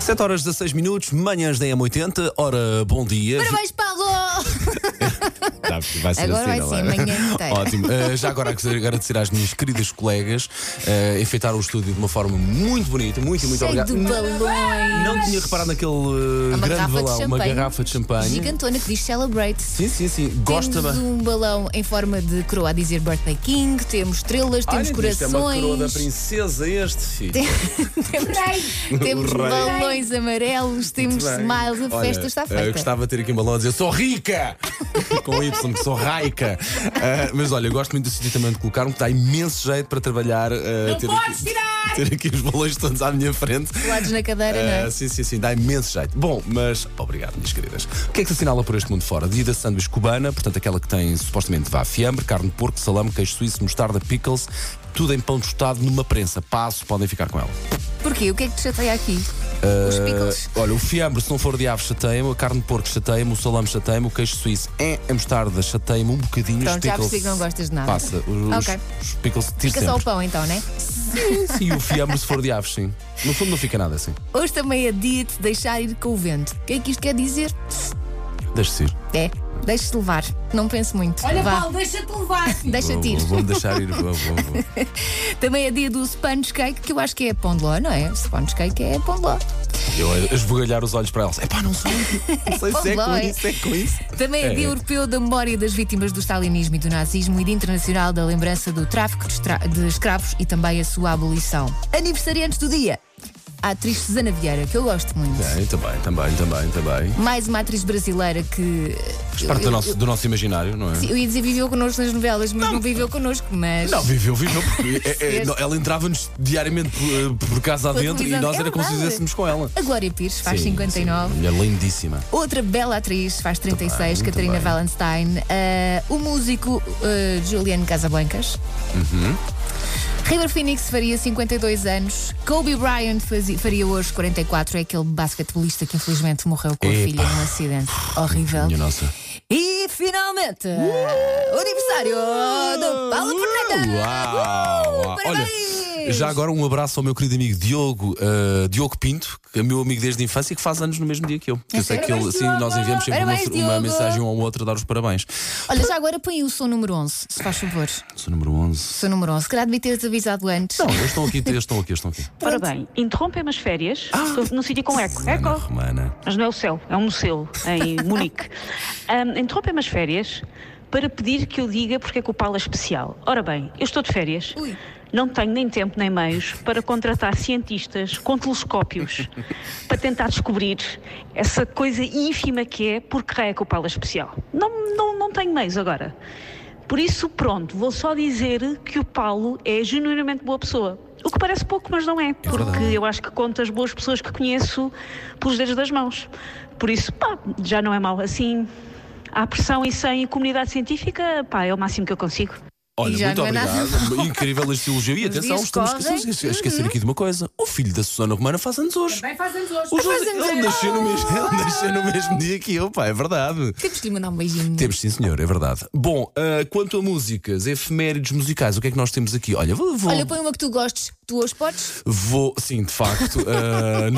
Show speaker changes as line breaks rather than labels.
7 horas 16 minutos, manhãs da M80, ora, bom dia.
Parabéns, Paulo!
Tá, vai ser
Agora
assim,
vai
não
ser
é?
manhã inteira.
Ótimo. Uh, já agora quero agradecer às minhas queridas colegas. Uh, enfeitaram o estúdio de uma forma muito bonita. Muito, muito
Cheio
obrigado.
de balões!
Não tinha reparado naquele uh,
Há uma
grande
garrafa de
balão, uma
champanhe.
garrafa de champanhe.
Gigantona que diz Celebrate.
Sim, sim, sim. Gosta
temos
me
um balão em forma de coroa a dizer Birthday King, temos estrelas, temos
Isto é uma coroa da
corações,
princesa este, filho.
temos
Rei.
balões amarelos, temos
Muito bem.
smiles, Um a
Olha,
festa está
Eu
feita.
gostava de ter aqui um balão a dizer sou rica! Com Y, que sou raica. Ah, mas olha, eu gosto muito desse sítio também de colocar um que dá imenso jeito para trabalhar. ah, ter aqui, Ter aqui os balões todos à minha frente.
Colados na cadeira, não é?
Ah, sim, sim, sim, dá imenso jeito. Bom, mas obrigado, minhas queridas. O que é que se assinala por este mundo fora? Dia da sanduíche cubana, portanto, aquela que tem supostamente vá fiambre, carne de porco, salame, queijo suíço, mostarda, pickles, tudo em pão tostado numa prensa. Passo, podem ficar com ela.
Porquê? O que é que te chateia aqui? Os pickles.
Eh, Olha, o fiambre, se não for de ave, chateia-me, a carne de porco chateia-me, o salame chateia-me, o queijo suíço é a mostarda, chateia-me um bocadinho.
Pronto,
os
já
pickles
percebi que Então, não gostas de nada.
Passa, os,
Ok.
os pickles tiro
Fica só o
sempre.
pão então, né?
Sim, e o fiambre, se for de aves, sim. No fundo, não fica nada assim.
Hoje também é dia de deixar ir com o vento. O que é que isto quer dizer?
Deixa-se ir.
É, deixe-te levar, não pense muito.
Olha,
Vá,
Paulo, deixa-te levar. filho.
deixa-te ir.
Vou- Vou-me deixar ir. Vou, vou, vou.
Também é dia do sponge cake, que eu acho que é pão de ló, não é? Sponge cake é pão de ló.
Eu a esbugalhar os olhos para elas. Epá, não sei. Não sei se é com isso, é com isso.
Também é,
É.
dia europeu da memória das vítimas do stalinismo e do nazismo e dia internacional da lembrança do tráfico de, estra- de escravos e também a sua abolição. Aniversariantes do dia. A atriz Susana Vieira, que eu gosto muito.
É, também, também, também, também.
Mais uma atriz brasileira que.
Faz parte do nosso, do nosso imaginário, não é?
Eu ia dizer viveu connosco nas novelas, mas não, viveu connosco, mas.
Não, viveu, viveu, porque é- é- não, ela entrava-nos diariamente por, eh, por casa
Pela
adentro e
televisão.
nós
É
era como se
verdade.
fizéssemos com ela.
A Glória Pires faz
Sim,
59.
sim, Mulher lindíssima.
Outra bela atriz, faz 36,
bem, muito
Catarina
bem.
Valenstein. Ah, o músico ah, Juliano Casablancas.
Uhum.
River Phoenix faria 52 anos. Kobe Bryant fazia- faria hoje 44. É aquele basquetebolista que infelizmente morreu com a
Epa.
filha num acidente horrível.
Minha nossa. Uh!
E finalmente, o aniversário do Paulo Fernandes.
Uau! Uau! Olha,
Uh, parabéns!
já agora um abraço ao meu querido amigo Diogo, eh, Diogo Pinto, que é meu amigo desde a infância e que faz anos no mesmo dia que eu. Que eu sei que ele, assim, nós enviamos sempre uma,
Parabéns,
uma
Diogo!
mensagem um ao outro a dar os parabéns.
Olha, já agora põe o som número 11, se faz favor.
Sou número 11.
Som número 11. Se calhar devia teres avisado antes.
Não, eles estão aqui, eles estão aqui, eles estão aqui.
Ora bem, interrompem as férias Estou no sítio com eco.
É
Ana
Eco!
Romana.
Mas não é o céu, é um museu em Munique. Ahm, interrompem as férias para pedir que eu diga porque é que o Paulo é especial. Ora bem, eu estou de férias,
Ui.
não tenho nem tempo nem meios para contratar cientistas com telescópios para tentar descobrir essa coisa ínfima que é porque é que o Paulo é especial. Não, não, não tenho meios agora. Por isso, pronto, vou só dizer que o Paulo é genuinamente boa pessoa. O que parece pouco, mas não é, porque
verdade.
eu acho que conto as boas pessoas que conheço pelos dedos das mãos. Por isso, pá, já não é mal assim. À pressão e sem comunidade científica, pá, é o máximo que eu consigo.
Olha,
E já
muito
não é nada
obrigado. Incrível este elogio. E
Os
atenção,
dias
estamos
correm.
esquecendo- esquece- a esquecer aqui de uma coisa. O filho da Susana Romana faz anos hoje.
Bem, fazemos hoje.
O José-
anos
ele
hoje. Ah.
nasceu no mesmo- ele nasceu no mesmo dia que eu, pá, é verdade.
Temos que lhe mandar um beijinho.
Temos sim, senhor, é verdade. Bom, ah, quanto a músicas, efemérides musicais, o que é que nós temos aqui? Olha, vou. vou,
Olha, põe uma que tu gostes. Tu hoje podes?
vou sim, de facto. ah,